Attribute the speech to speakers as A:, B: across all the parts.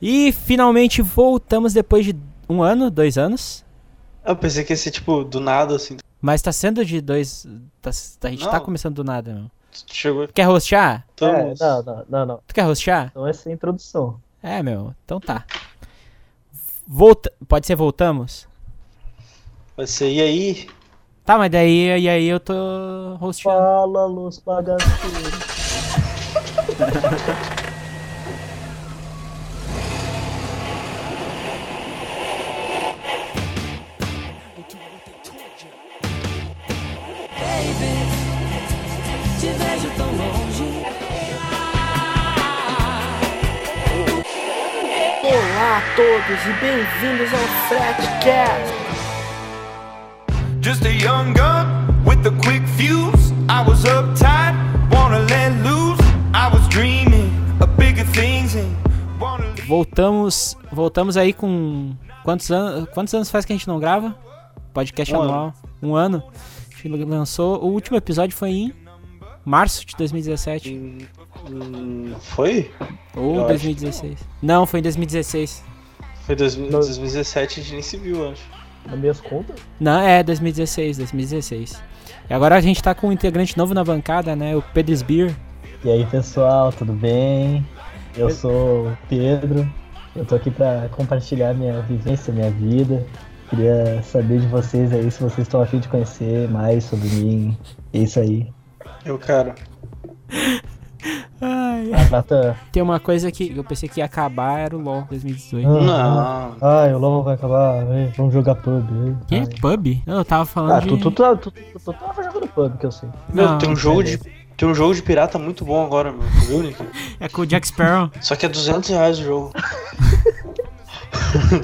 A: E finalmente voltamos depois de um ano, dois anos.
B: Eu pensei que ia ser, tipo, do nada, assim.
A: Mas tá sendo de dois. tá- a gente tá
B: Não.
A: começando do nada, meu.
B: Tu Chegou.
A: Tu quer rostear?
B: Estamos.
C: É, não, não, não, não.
A: Tu quer rostear?
C: Então essa é a introdução.
A: É, meu. Então tá. Volta. Pode ser voltamos?
B: Vai ser, e aí?
A: Tá, mas daí e aí eu tô rosteando.
C: Fala, los bagaceiros.
D: Baby, te vejo tão longe.
E: Olá a todos e bem-vindos ao Fretcast.
F: Just a young gun with a quick fuse. I was uptight, wanna let loose. I was dreaming of bigger things and wanna leave.
A: Voltamos. Voltamos aí com. Quantos anos. Quantos anos faz que a gente não grava? Podcast
B: Um ano.
A: anual. Um ano. A gente lançou. O último episódio foi em março de 2017.
B: Hum, foi?
A: Ou
B: acho.
A: 2016. Não, foi em 2016.
B: Foi dois, 2017, a gente nem se viu, acho.
C: Nas minhas contas?
A: Não, é 2016, 2016. E agora a gente tá com um integrante novo na bancada, né? O Pedro Sbeer.
C: E aí, pessoal, tudo bem? Eu sou o Pedro. Eu tô aqui pra compartilhar minha vivência, minha vida. Queria saber de vocês aí, se vocês estão afim de conhecer mais sobre mim. É isso aí.
B: Eu, cara.
C: A Natan.
A: Tem uma coisa que eu pensei que ia acabar, era o LoL 2018.
C: Ah,
B: Não.
C: Ai, o LOL vai acabar. ai, Vamos jogar é pub. ai,
A: Que?
C: ai.
A: Pub? Eu tava falando
C: Ah,
A: de...
C: tu, tu, tu, tu, tu, tu tava jogando pub, que eu sei.
A: Não,
B: Meu, tem um jogo de. Tem um jogo de pirata muito bom agora, meu. Tu viu, Nick?
A: É com o Jack Sparrow.
C: Tá
B: Só que é 200 reais o jogo.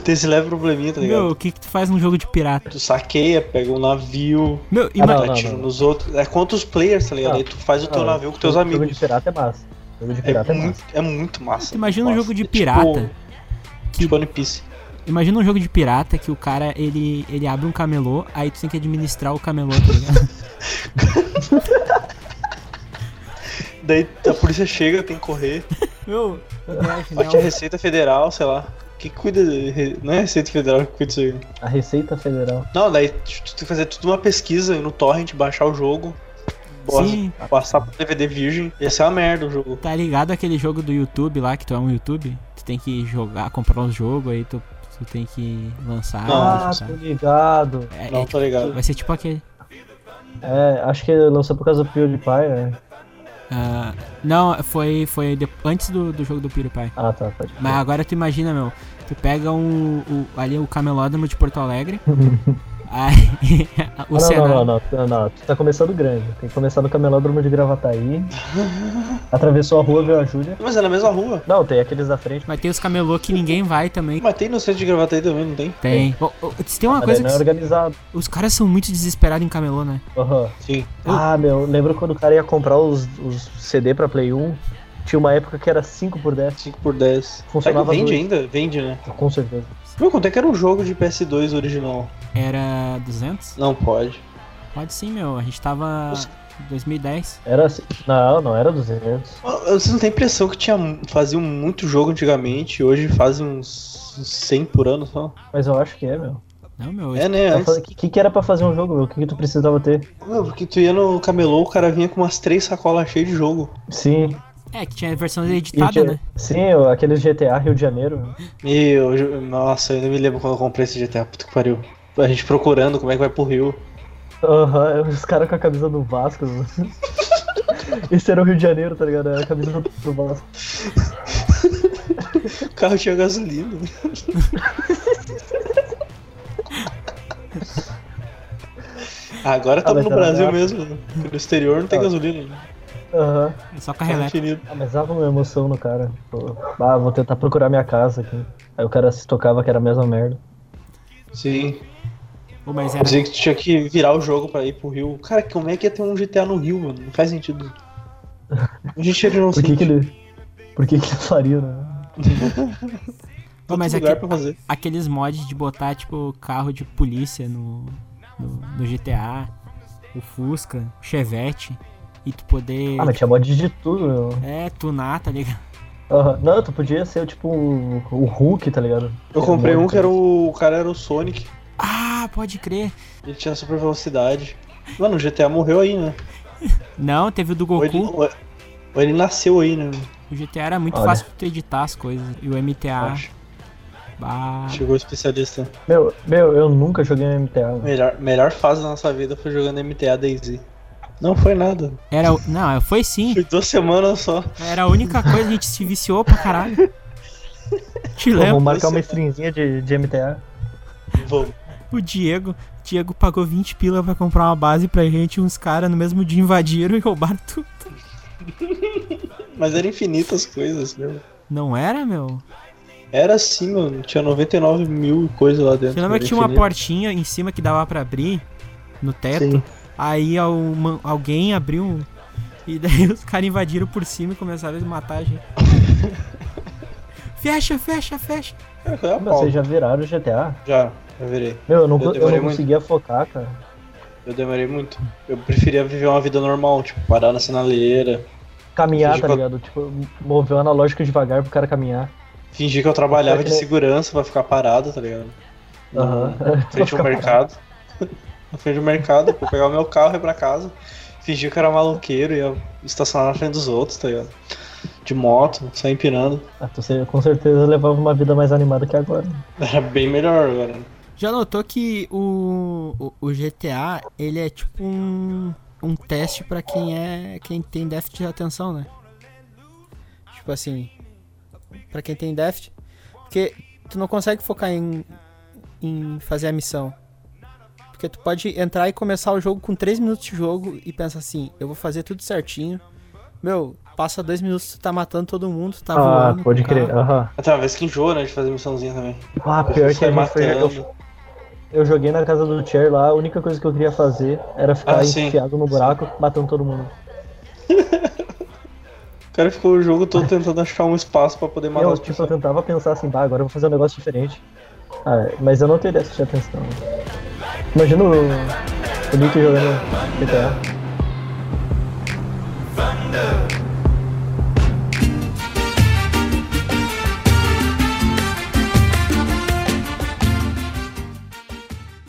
B: tem esse leve probleminha, tá ligado?
A: Meu, o que que tu faz num jogo de pirata?
B: Tu saqueia, pega um navio,
A: Meu,
C: Ah,
A: ima...
C: não,
B: dá tiro nos outros. É contra os players, tá ligado?
C: Ah.
B: Aí tu faz o teu
C: Ah,
B: navio com teus
C: jogo- Jogo
B: amigos.
C: de pirata é massa. Jogo de pirata
B: É
C: é, massa.
B: muito, é muito massa.
A: imagina um
B: Nossa,
A: jogo de
B: é tipo-
A: pirata. que-
B: Tipo One Piece.
A: Imagina um jogo de pirata que o cara, ele, ele abre um camelô, aí tu tem que administrar o camelô, tá ligado?
B: Daí a polícia chega, tem que correr.
A: Meu, é
B: Bate a
A: genial.
B: Receita Federal, sei lá. Que cuida. de re- Não é a Receita Federal que cuida disso aí.
C: A Receita Federal.
B: Não, daí tu tu tem que fazer tudo uma pesquisa no torrent, baixar o jogo. bora
A: Sim.
B: Passar pro DVD virgem. Ia ser uma merda o jogo.
A: Tá ligado aquele jogo do YouTube lá, que tu é um YouTube? Tu tem que jogar, comprar um jogo, aí tu, tu tem que lançar.
B: Não,
C: Ah,
A: lançar.
C: tô ligado.
A: É- é
B: Não, tô ligado.
A: tipo- vai ser tipo aquele.
C: É, acho que lançou por causa do PewDiePie, né?
A: ah, não, foi, foi de- antes do, do jogo do PewDiePie.
C: Ah, tá, pode crer.
A: Mas agora tu imagina, meu, tu pega um, o, ali o camelódromo de Porto Alegre, aí o
C: Ah, não,
A: cenário...
C: não, não, não, não, não, tu tá começando grande. Tem que começar no camelódromo de Gravataí. Atravessou a rua, viu a Júlia.
B: Mas é na mesma rua.
C: Não, tem aqueles da frente.
A: Mas tem os camelô que ninguém vai também.
B: Mas tem no centro de gravata aí também, não tem?
A: Tem. Bom, o- se tem uma
C: mas
A: coisa que...
C: daí não é organizado.
A: Os caras são muito desesperados em camelô, né?
C: Aham.
B: Sim.
C: Ah, meu, lembra quando o cara ia comprar os, os CD pra Play 1? Tinha uma época que era 5 por 10.
B: 5 por 10. Será
C: Funcionava
B: que vende
C: dois.
B: ainda? Vende, né?
C: Com certeza.
B: Meu, quanto é que era um jogo de PS2 original?
A: Era 200?
B: Não pode.
A: Pode sim, meu. A gente tava...
B: Os-
A: 2010.
C: Era assim. Não, não era 200.
B: Ah, Vocês não têm impressão que tinha, faziam muito jogo antigamente e hoje fazem uns uns 100 por ano só?
C: Mas eu acho que é, meu.
A: Não, meu.
B: É, né? Antes-
C: O que, que era pra fazer um jogo, meu? O que, que tu precisava ter?
B: Meu, porque tu ia no camelô, o cara vinha com umas três sacolas cheias de jogo.
C: Sim.
A: É, que tinha versão
C: E
A: editada,
C: tinha-
A: né?
C: Sim, o- aqueles GTA Rio de Janeiro. meu.
B: E eu, eu- nossa, eu ainda me lembro quando eu comprei esse GTA, puta que pariu. A gente procurando como é que vai pro Rio.
C: Aham, os caras com a camisa do Vasco. mano. Esse era o Rio de Janeiro, tá ligado? Era a camisa do- do Vasco.
B: O carro tinha gasolina. Agora
C: Ah,
B: estamos
C: mas
B: no
C: era
B: Brasil
C: legal.
B: mesmo. né? Porque No exterior não tem
C: Ah.
B: gasolina. né?
C: Aham.
A: É só
B: Carro
A: carregar.
B: infinito.
C: Ah, mas dava uma emoção no cara. Pô, ah, vou tentar procurar minha casa aqui. Aí o cara se tocava que era a mesma merda.
B: Sim.
A: Pô, mas era...
B: Dizia que tu tinha que virar o jogo pra ir pro Rio. Cara, como é que ia ter um GTA no Rio, mano? Não faz sentido. A gente um era
C: Por que que ele... Por que que ele faria, né?
A: Pô, mas
B: lugar
A: aque-
B: pra fazer.
A: aqueles mods de botar, tipo, carro de polícia no, no, no GTA, o Fusca, o Chevette, e tu poder
C: Ah, mas tinha mod de tudo, meu.
A: é, tunar, tá ligado?
C: Aham. Não, tu podia ser tipo o, o Hulk, tá ligado?
B: Eu comprei um que era o. O cara era o Sonic.
A: Ah, pode crer.
B: Ele tinha super velocidade. Mano, o GTA morreu aí, né?
A: Não, teve o do
B: Ou ele,
A: Goku.
B: ou- é- ou ele nasceu aí, né?
A: O GTA era muito
C: Olha.
A: fácil de tu editar as coisas. E o MTA.
B: Acho.
A: Bah.
B: Chegou o especialista.
C: Meu, meu, eu nunca joguei um MTA. né?
B: Melhor, melhor fase da nossa vida foi jogando MTA Daisy. Não foi nada.
A: Era. o- Não, foi sim.
B: Foi duas semanas só.
A: Era a única coisa que a gente se viciou pra caralho. Te
C: Pô, Vamos
A: lembro,
C: marcar uma stringzinha de, de MTA.
B: Vamos.
A: o Diego. Diego pagou 20 pila pra comprar uma base pra gente e uns caras no mesmo dia invadiram e roubaram tudo.
B: Mas eram infinitas coisas, meu.
A: Não era, meu?
B: Era assim, mano. Tinha 99 mil coisas lá dentro.
A: Você lembra
B: era
A: que tinha uma
B: infinito.
A: portinha em cima que dava pra abrir no teto?
B: Sim.
A: Aí al- uma- alguém abriu um. E daí os caras invadiram por cima e começaram a matar a gente. fecha, fecha, fecha.
B: Cara, foi a
C: Meu,
B: É, pau.
C: vocês já viraram o GTA?
B: Já, já virei.
C: Meu, eu não,
B: Eu
C: co- eu
B: demorei
C: não
B: muito.
C: conseguia focar, cara.
B: Eu demorei muito. Eu preferia viver uma vida normal, tipo, parar na sinaleira,
C: Caminhar,
B: Seja
C: tá
B: qual-
C: ligado? Tipo, mover o analógico devagar pro cara caminhar.
B: fingir que eu trabalhava de
C: Porque-
B: segurança pra ficar parado, tá ligado?
C: Aham.
B: Na frente do mercado. Na frente do mercado, vou pegar o meu carro e ir pra casa. Fingir que era maloqueiro, ia estacionar na frente dos outros, tá ligado? De moto, só empinando.
C: Ah, tu se- com certeza levava uma vida mais animada que agora.
B: Era bem melhor agora. né?
A: Já notou que o, o, o GTA, ele é tipo um, um teste pra quem é quem tem déficit de atenção, né? Tipo assim, Pra quem tem déficit, porque tu não consegue focar em em fazer a missão. Porque tu pode entrar e começar o jogo com 3 minutos de jogo e pensa assim, eu vou fazer tudo certinho. Meu, passa dois minutos, tu tá matando todo mundo, tu tá
C: ah,
A: voando.
C: pode
A: com o
C: crer.
A: carro.
C: Aham.
B: Até uma vez que enjoa, né, de fazer missãozinha também.
C: Ah, pior que a
B: Sai
C: gente foi, eu,
B: matando.
C: eu joguei na casa do Cher lá, a única coisa que eu queria fazer era ficar
B: Ah, sim.
C: enfiado no buraco, matando todo mundo.
B: O cara ficou o jogo todo tentando achar um espaço pra poder matar
C: Eu,
B: as
C: tipo, eu
B: pessoas.
C: tentava pensar assim, bah, agora eu vou fazer um negócio diferente. Ah, mas eu não tenho déficit de atenção. Imagina o, o Nick jogando GTA.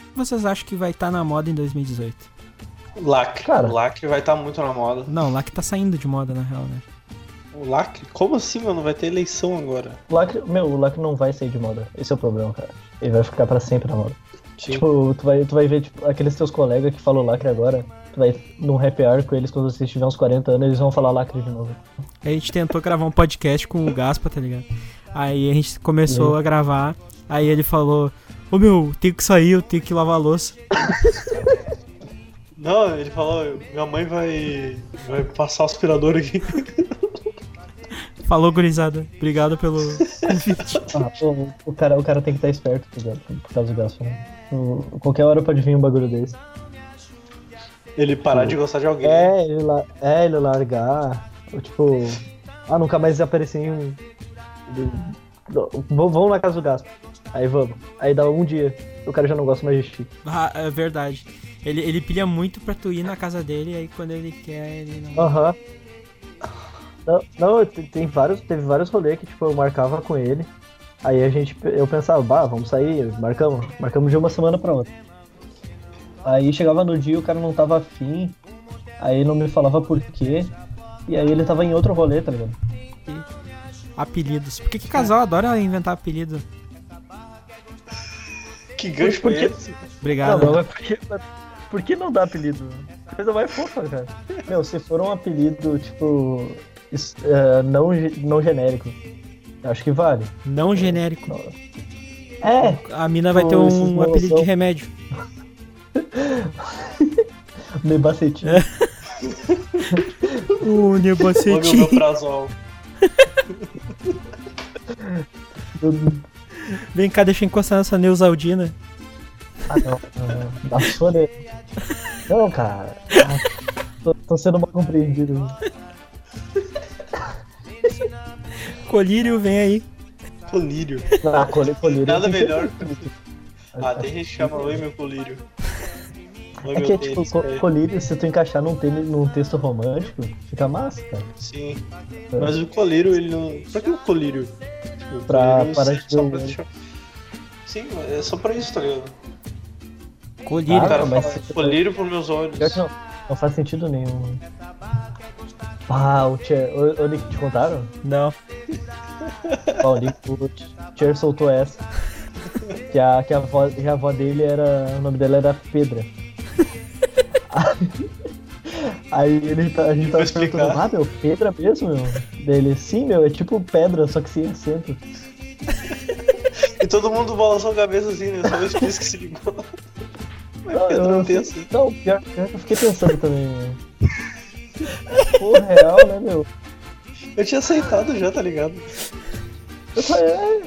A: O que vocês acham que vai estar na moda em 2018?
B: Lacre.
C: Cara.
B: O lacre vai estar muito na moda.
A: Não, lá que tá saindo de moda, na real, né?
B: O lacre? Como assim, mano? Vai ter eleição agora.
C: O Lacre, meu, o Lacre não vai sair de moda. Esse é o problema, cara. Ele vai ficar pra sempre na moda.
B: Sim.
C: Tipo, tu vai, tu vai ver tipo, aqueles teus colegas que falam Lacre agora, tu vai num happy hour com eles quando vocês tiverem uns 40 anos, eles vão falar Lacre de novo.
A: A gente tentou gravar um podcast com o Gaspa, tá ligado? Aí a gente
C: Uhum.
A: começou a gravar, aí ele falou: Ô meu, tenho que sair, eu tenho que lavar a louça.
B: Não, ele falou, minha mãe vai, vai passar o aspirador aqui.
A: Falou, gurizada. Obrigado pelo convite.
C: Ah, o, o cara, o cara tem que estar esperto, tá ligado? Por causa do gasto, né? O- Qualquer hora pode vir um bagulho desse.
B: Ele parar de gostar de alguém.
C: É, ele, la- é, ele largar. ou, Tipo, ah, nunca mais aparecer em um. do- v- Vamos na casa do Gaspo. Aí vamos. Aí dá um dia. O cara já não gosta mais de ti.
A: Ah, é verdade. Ele, ele pilha muito pra tu ir na casa dele, aí quando ele quer, ele não.
C: Aham. Não, não, te- tem vários, teve vários rolês que tipo, eu marcava com ele. Aí a gente, eu pensava, bah, vamos sair, marcamos, marcamos de uma semana pra outra. Aí chegava no dia, o cara não tava afim, aí não me falava por quê, e aí ele tava em outro rolê, tá ligado?
A: Apelidos. Por que, que
C: É.
A: casal adora inventar apelido?
B: Que gancho
C: Por
B: foi
C: quê?
B: esse?
A: Obrigado.
C: mas por que, mas por que não dá apelido? Coisa mais fofa, cara. Meu, se for um apelido, tipo, es- eh, não, ge- não genérico, eu acho que vale.
A: Não genérico.
C: É,
A: A mina vai ter
C: Pô, esses
A: um apelido de
C: mauzão.
A: remédio.
C: meio bacetinho.
A: O
B: Ô, meu, meu
A: Nebocetinho.
B: prazol.
C: É.
A: Vem cá, deixa eu encostar nessa Neusaldina.
C: Ah, não, não, não. Da Sônia. Não, cara. Ah, Tô, tô sendo mal compreendido.
A: Colírio, vem aí.
B: Colírio.
C: Ah, colher, colher.
B: Ah, Nada melhor. Ah, tem gente que chama, oi meu colírio. Foi
C: É
B: meu
C: que, tipo,
B: tênis,
C: co-
B: cara.
C: colírio, se tu encaixar num, tênis, num texto romântico, fica massa, cara.
B: Sim. Mas o colírio, ele não. Pra que o colírio? Tipo,
C: É. Pra
B: colírio
C: parar
B: serve
C: de
B: só
C: ver o
B: pra
C: olho.
B: deixar- Sim, é só pra isso, tá ligado?
A: Colírio.
B: O cara
C: Ah, mas
B: fala,
C: se-
B: colírio pros meus olhos.
C: Pior que não, não faz sentido nenhum. Ah, o Cher. O, o Nick, te contaram?
A: Não.
C: Ó, o Nick, o Cher soltou essa. Que a, que, a avó, que a avó dele era. O nome dela era Pedra. Aí ele tá, a gente tava
B: Vou explicar.
C: perguntando, ah meu, pedra mesmo, meu? Dele, sim, meu, é tipo pedra, só que sem acento.
B: E todo mundo balançou a cabeça assim, né? Só eu disse que se ligou. Mas
C: Ah,
B: Pedro
C: eu-
B: não tem assim.
C: Não, pior, pior que eu fiquei pensando também, meu. Pô, real, né, meu?
B: Eu tinha aceitado já, tá ligado?
C: Eu falei, é,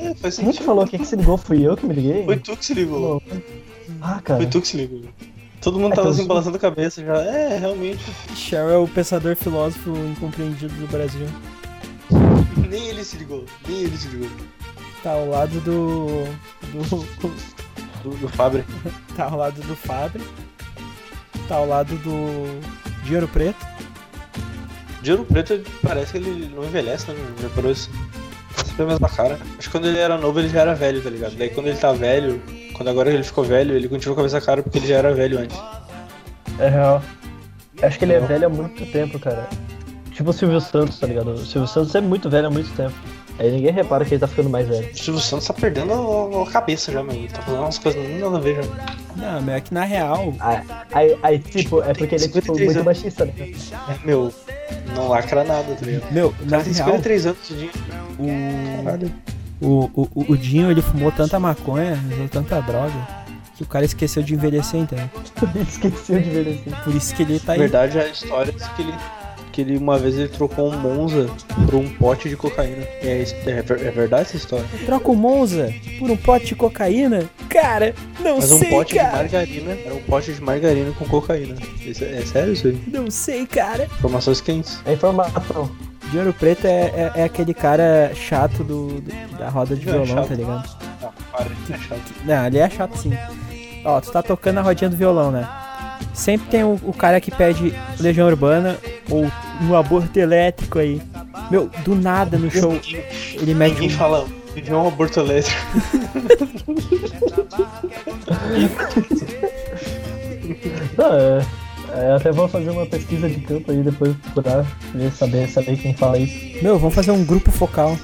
B: É, faz
C: quem que
B: sentido.
C: falou? Quem que se ligou? Fui eu que me liguei?
B: Foi tu que se ligou.
C: Não. Ah, cara.
B: Foi tu que se ligou. Todo mundo
C: É,
B: tava
C: então,
B: assim,
C: sim.
B: balançando a cabeça já. É, realmente.
A: Shell é o pensador filósofo incompreendido do Brasil.
B: Nem ele se ligou. Nem ele se ligou.
A: Tá ao lado do. do
B: Do, do Fábio.
A: tá ao lado do Fabre. Tá ao lado do. Dinheiro Preto.
B: Dinheiro Preto parece que ele não envelhece, né? meu? Já parou isso. Sempre a mesma cara. Acho que quando ele era novo ele já era velho, tá ligado? Daí quando ele tá velho, quando agora ele ficou velho, ele continua com a mesma cara porque ele já era velho antes.
C: É real. Eu Acho que ele é
B: Não.
C: velho há muito tempo, cara. Tipo o Silvio Santos, tá ligado? O Silvio Santos é muito velho há muito tempo. Aí ninguém repara que ele tá ficando mais velho.
B: O Silvio Santos tá perdendo a, a cabeça já, meu. Ele tá fazendo umas coisas não nada a ver já.
A: Não, meu, é que na real.
C: Aí, aí, aí, tipo, é porque ele é tipo,
B: 53
C: muito
B: anos.
C: machista, né?
B: É, meu, não lacra nada, tá ligado?
A: Meu,
B: O
A: na
B: cara tem
A: real,
B: 53 anos de dinheiro.
A: o. O, o, o Dinho ele fumou tanta maconha, usou tanta droga, que o cara esqueceu de envelhecer, entendeu?
C: Ele esqueceu de ver assim.
A: Por isso que ele tá
B: Na
A: aí.
B: verdade, a história diz que ele, que ele uma vez ele trocou um Monza por um pote de cocaína. É, isso- é ver- é verdade essa história?
A: Troca o Monza por um pote de cocaína? Cara, não
B: Mas um
A: sei,
B: pote de
A: cara.
B: margarina era um pote de margarina com cocaína. Isso é, é sério isso aí?
A: Não sei, cara.
B: Informações quentes.
C: É informação.
A: Dinheiro Preto é, é, é aquele cara chato do, do- da roda de
B: Não, é
A: violão,
B: chato.
A: tá ligado?
B: Ah, para, é chato.
A: Não, ele é chato sim. Ó, tu tá tocando a rodinha do violão, né? Sempre tem o, o cara que pede Legião Urbana ou um aborto elétrico aí. Meu, do nada no show ele mete
B: Ninguém
A: um...
B: fala, viver um aborto elétrico.
C: Não, é, é, eu até vou fazer uma pesquisa de campo aí depois procurar, ver, saber, saber quem fala isso.
A: Meu, vamos fazer um grupo focal.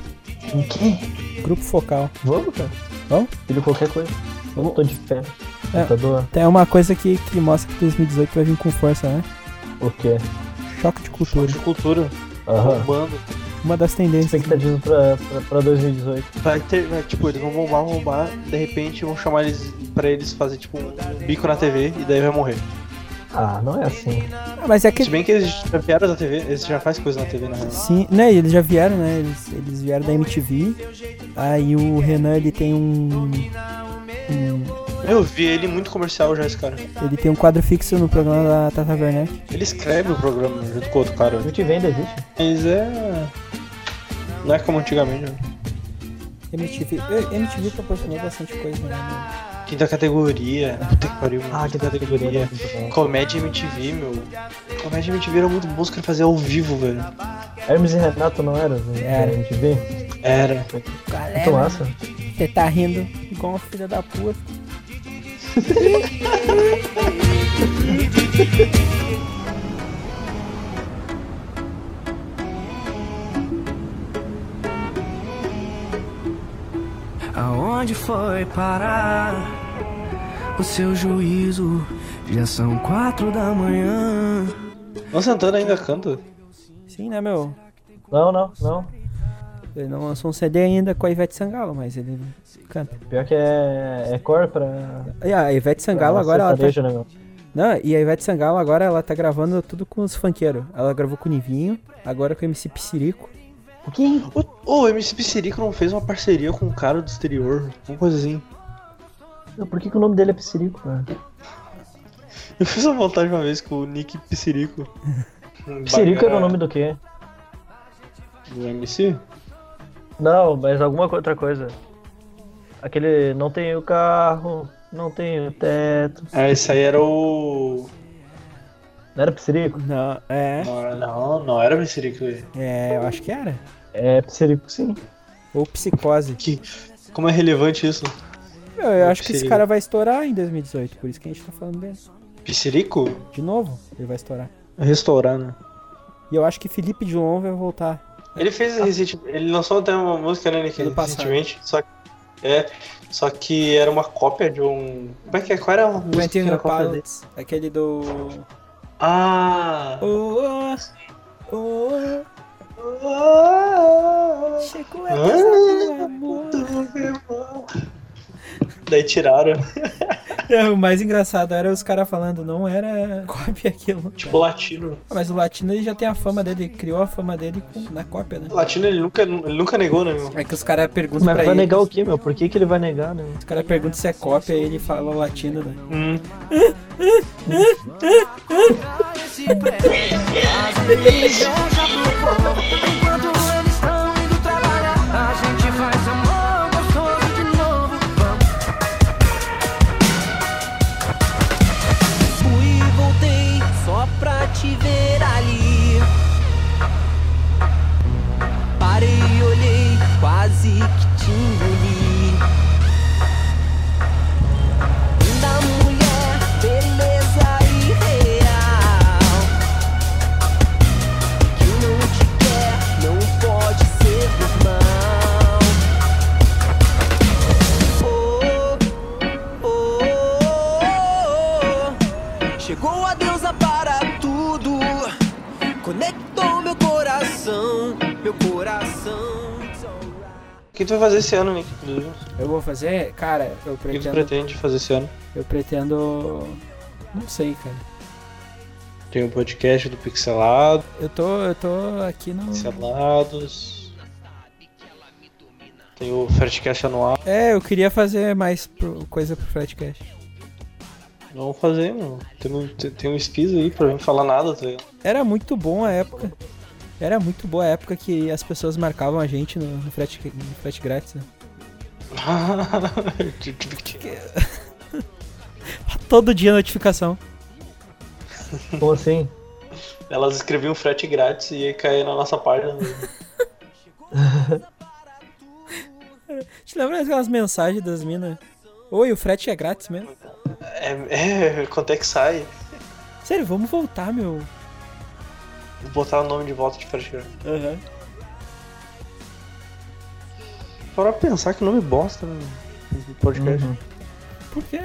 C: Em quem?
A: Grupo focal.
C: Vamos, cara?
A: Vamos?
C: Filho, qualquer coisa. Eu tô de fé.
A: É.
C: Computador,
A: Então É uma coisa que, que mostra que 2018 vai vir com força, né?
C: o quê?
A: Choque de cultura.
B: De cultura,
C: Aham.
B: bombando.
A: Uma das tendências.
C: Expectativa pra, pra, pra 2018.
B: Vai ter, vai, tipo, eles vão bombar, vão bombar, de repente vão chamar eles pra eles fazer tipo um bico na TV e daí vai morrer.
C: Ah, não é assim.
A: Ah, mas é que
B: Se bem que eles já vieram da TV, eles já fazem coisa na TV, na real.
A: Sim, né? Eles já vieram, né? Eles, eles vieram da MTV. Aí o Renan ele tem um, um-
B: Eu vi ele muito comercial já, esse cara.
A: ele tem um quadro fixo no programa da Tata Werneck.
B: Ele escreve o programa junto com outro cara. né?
C: Eu te vendo, existe?
B: Mas é. Não é como antigamente, né?
A: MTV, eh, MTV proporcionou bastante coisa, né? meu?
B: Quinta categoria. Puta que pariu, mano.
C: Ah, que categoria. muito bom.
B: Comédia MTV, meu. Comédia MTV era muito bom os caras faziam ao vivo, velho.
C: Hermes e Renato não era? né?
A: Era.
C: A gente vê?
B: Era.
A: É,
C: Muito
A: né?
C: massa.
A: Você tá rindo igual uma filha da puta.
E: Aonde foi parar o seu juízo? Já são quatro da manhã.
B: Não Santana ainda canta.
A: Sim, né, meu?
C: Não, não, não.
A: Ele não lançou um CD ainda com a Ivete Sangalo, mas ele canta.
C: Pior que é, é core pra.
A: E a Ivete Sangalo
C: pra
A: agora ela tá
C: sertanejo, né, meu?
A: Não, e a Ivete Sangalo agora ela tá gravando tudo com os funkeiros. Ela gravou com o Nivinho, agora com o MC Psirico.
B: O, o MC Psirico não fez uma parceria com um cara do exterior, uma coisa assim.
C: Meu, Por que, que o nome dele é Psirico, cara?
B: Eu fiz uma montagem uma vez com o Nick Psirico. Um
C: Psirico era
B: bagana
C: o nome do quê?
B: do MC?
C: Não, mas alguma outra coisa. Aquele. Não tem o carro. Não tenho teto.
B: Ah, esse aí era o.
C: Não era Psirico?
G: Não, é.
B: Não, era- não, não era Messerico.
G: É, eu acho que era.
C: É Psirico, sim.
A: Ou psicose.
B: Que... Como é relevante isso?
A: Eu, eu acho que esse
B: Psirico.
A: cara vai estourar em 2018, por isso que a gente tá falando dele.
B: Pissirico?
A: De novo, ele vai estourar.
B: Restaurar, né?
A: E eu acho que Felipe Dilon vai voltar.
B: Ele fez recenti- ele lançou até uma música né, Nick,
A: Ano passado.
B: recentemente, só que é, só que era uma cópia de um, como é que é? Qual era a música que
A: Quentin
B: era cópia dele?
A: Pilots, aquele do...
B: Ah,
A: Oh, oh, oh, oh, chegou a
B: Ah.
A: casa do amor.
B: daí tiraram,
A: É, O mais engraçado era os caras falando, não era cópia aquilo.
B: tipo latino.
A: Mas o latino ele já tem a fama dele, ele criou a fama dele com- na cópia, né?
B: Latino ele nunca, ele nunca negou, né, meu?
A: É que os caras perguntam
C: Mas
A: pra
C: vai
A: ele.
C: negar o quê, meu? Por que, que ele vai negar, né?
A: Os caras perguntam se é cópia e ele fala latino, né?
B: Hum.
D: Fui e voltei só pra te ver ali. Parei e olhei, quase que te engoli. Linda mulher, beleza irreal. Quem não te quer não pode ser normal. Oh, Oh, oh, oh. Chegou a deusa para tudo. Conectou meu coração, meu coração. It's alright.
B: O que tu vai fazer esse ano, Nick? inclusive?
A: Eu vou fazer, cara, eu
B: O que tu
A: pretendo.
B: pretende fazer esse ano?
A: Eu pretendo. Não sei, cara.
B: Tem o podcast do Pixelado,
A: Eu tô, eu tô aqui no.
B: é- Pixelados. Tem o Fredcast anual.
A: É, eu queria fazer mais pro- coisa pro Fredcast.
B: Vamos fazer, mano. Tem, um- tem- tem um esquiz aí pra não falar nada, tá ligado?
A: Era muito bom a época. Era muito boa a época que as pessoas marcavam a gente no, no frete, no frete grátis. né?
B: Eu tive que-
A: Todo dia notificação.
C: Como assim?
B: Elas escreviam frete grátis e ia cair na nossa página.
A: Te lembra aquelas mensagens das minas? Oi, o frete é grátis mesmo?
B: É, é, quanto é que sai?
A: Sério, vamos voltar, meu.
B: Vou botar o nome de volta de frete grátis.
A: Aham.
B: Para pensar que nome bosta, né? do Podcast.
A: Por quê?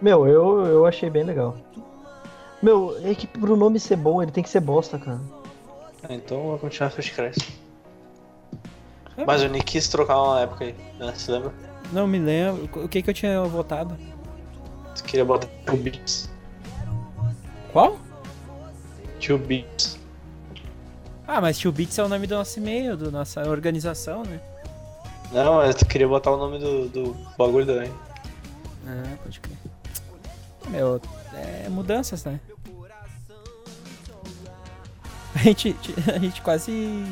C: Meu, eu, eu achei bem legal. Meu, é que pro nome ser bom, ele tem que ser bosta, cara.
B: Ah, então vou continuar frete grátis. Mas o Nick quis trocar uma época aí, né? Você lembra?
A: Não me lembro. O que que eu tinha votado?
B: Tu queria botar Tio Beats.
A: Qual?
B: Tio Beats.
A: Ah, mas Tio Beats é o nome do nosso e-mail, da nossa organização, né?
B: Não, mas tu queria botar o nome do, do bagulho também.
A: Ah, pode crer. Meu, é mudanças, né? A gente, a gente quase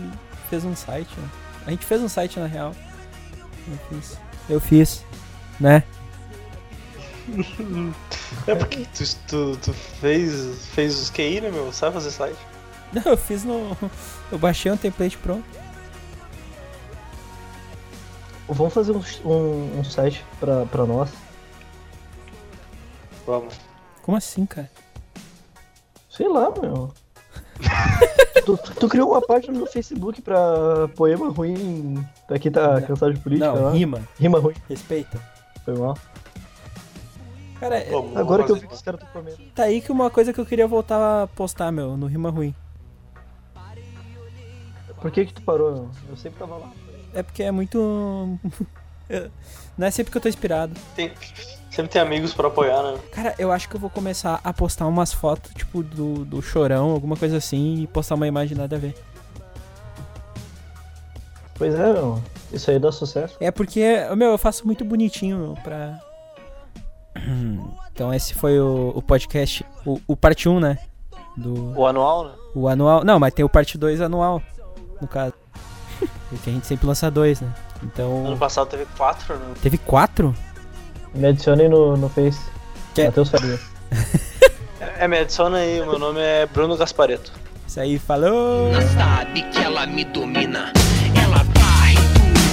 A: fez um site, né? A gente fez um site na real. Eu fiz. Eu fiz, né?
B: É porque tu, tu, tu fez, fez os QI, né, meu? Sabe fazer site?
A: Não, eu fiz no. Eu baixei um template pronto.
C: Vamos fazer um, um, um site pra, pra nós?
B: Vamos.
A: Como assim, cara?
C: Sei lá, meu. tu, tu criou uma página no Facebook pra poema ruim. Pra quem tá cansado de política,
A: Não,
C: lá.
A: rima.
C: Rima ruim,
A: Respeita.
C: foi mal.
A: Cara, é-
B: Vamos,
C: Agora que eu
B: vamos
C: vi que os caras estão comendo.
A: Tá aí que uma coisa que eu queria voltar a postar, meu, no Rima Ruim.
C: Por que que tu parou, meu? Eu sempre tava lá.
A: É porque é muito. Eu- Não é sempre que eu tô inspirado.
B: Tem- sempre tem amigos pra apoiar, né?
A: Cara, eu acho que eu vou começar a postar umas fotos, tipo, do, do chorão, alguma coisa assim, e postar uma imagem nada a ver.
C: Pois é, meu. Isso aí dá sucesso.
A: É porque, meu, eu faço muito bonitinho, meu, pra. Então esse foi o, o podcast, o, o parte 1, né? Do
B: O anual, né?
A: o anual. Não, mas tem o parte 2 anual, no caso. Porque a gente sempre lança dois, né? Então.
B: Ano passado teve quatro, né?
A: Teve quatro?
C: Me adicionem no, no Face.
A: Quer-
C: Matheus Faria.
B: É, me adiciona aí, meu nome é Bruno Gaspareto.
A: Isso aí, falou!
H: Ela sabe que ela me domina. Ela varre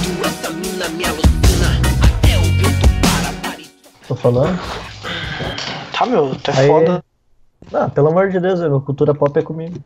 H: tudo, essa mina me alucina. Até o vento para, pare.
C: Tô falando?
B: Tá, meu, tá
C: Aí-
B: foda.
C: 哎 Ah, Não, pelo amor de Deus, meu, cultura pop é comigo.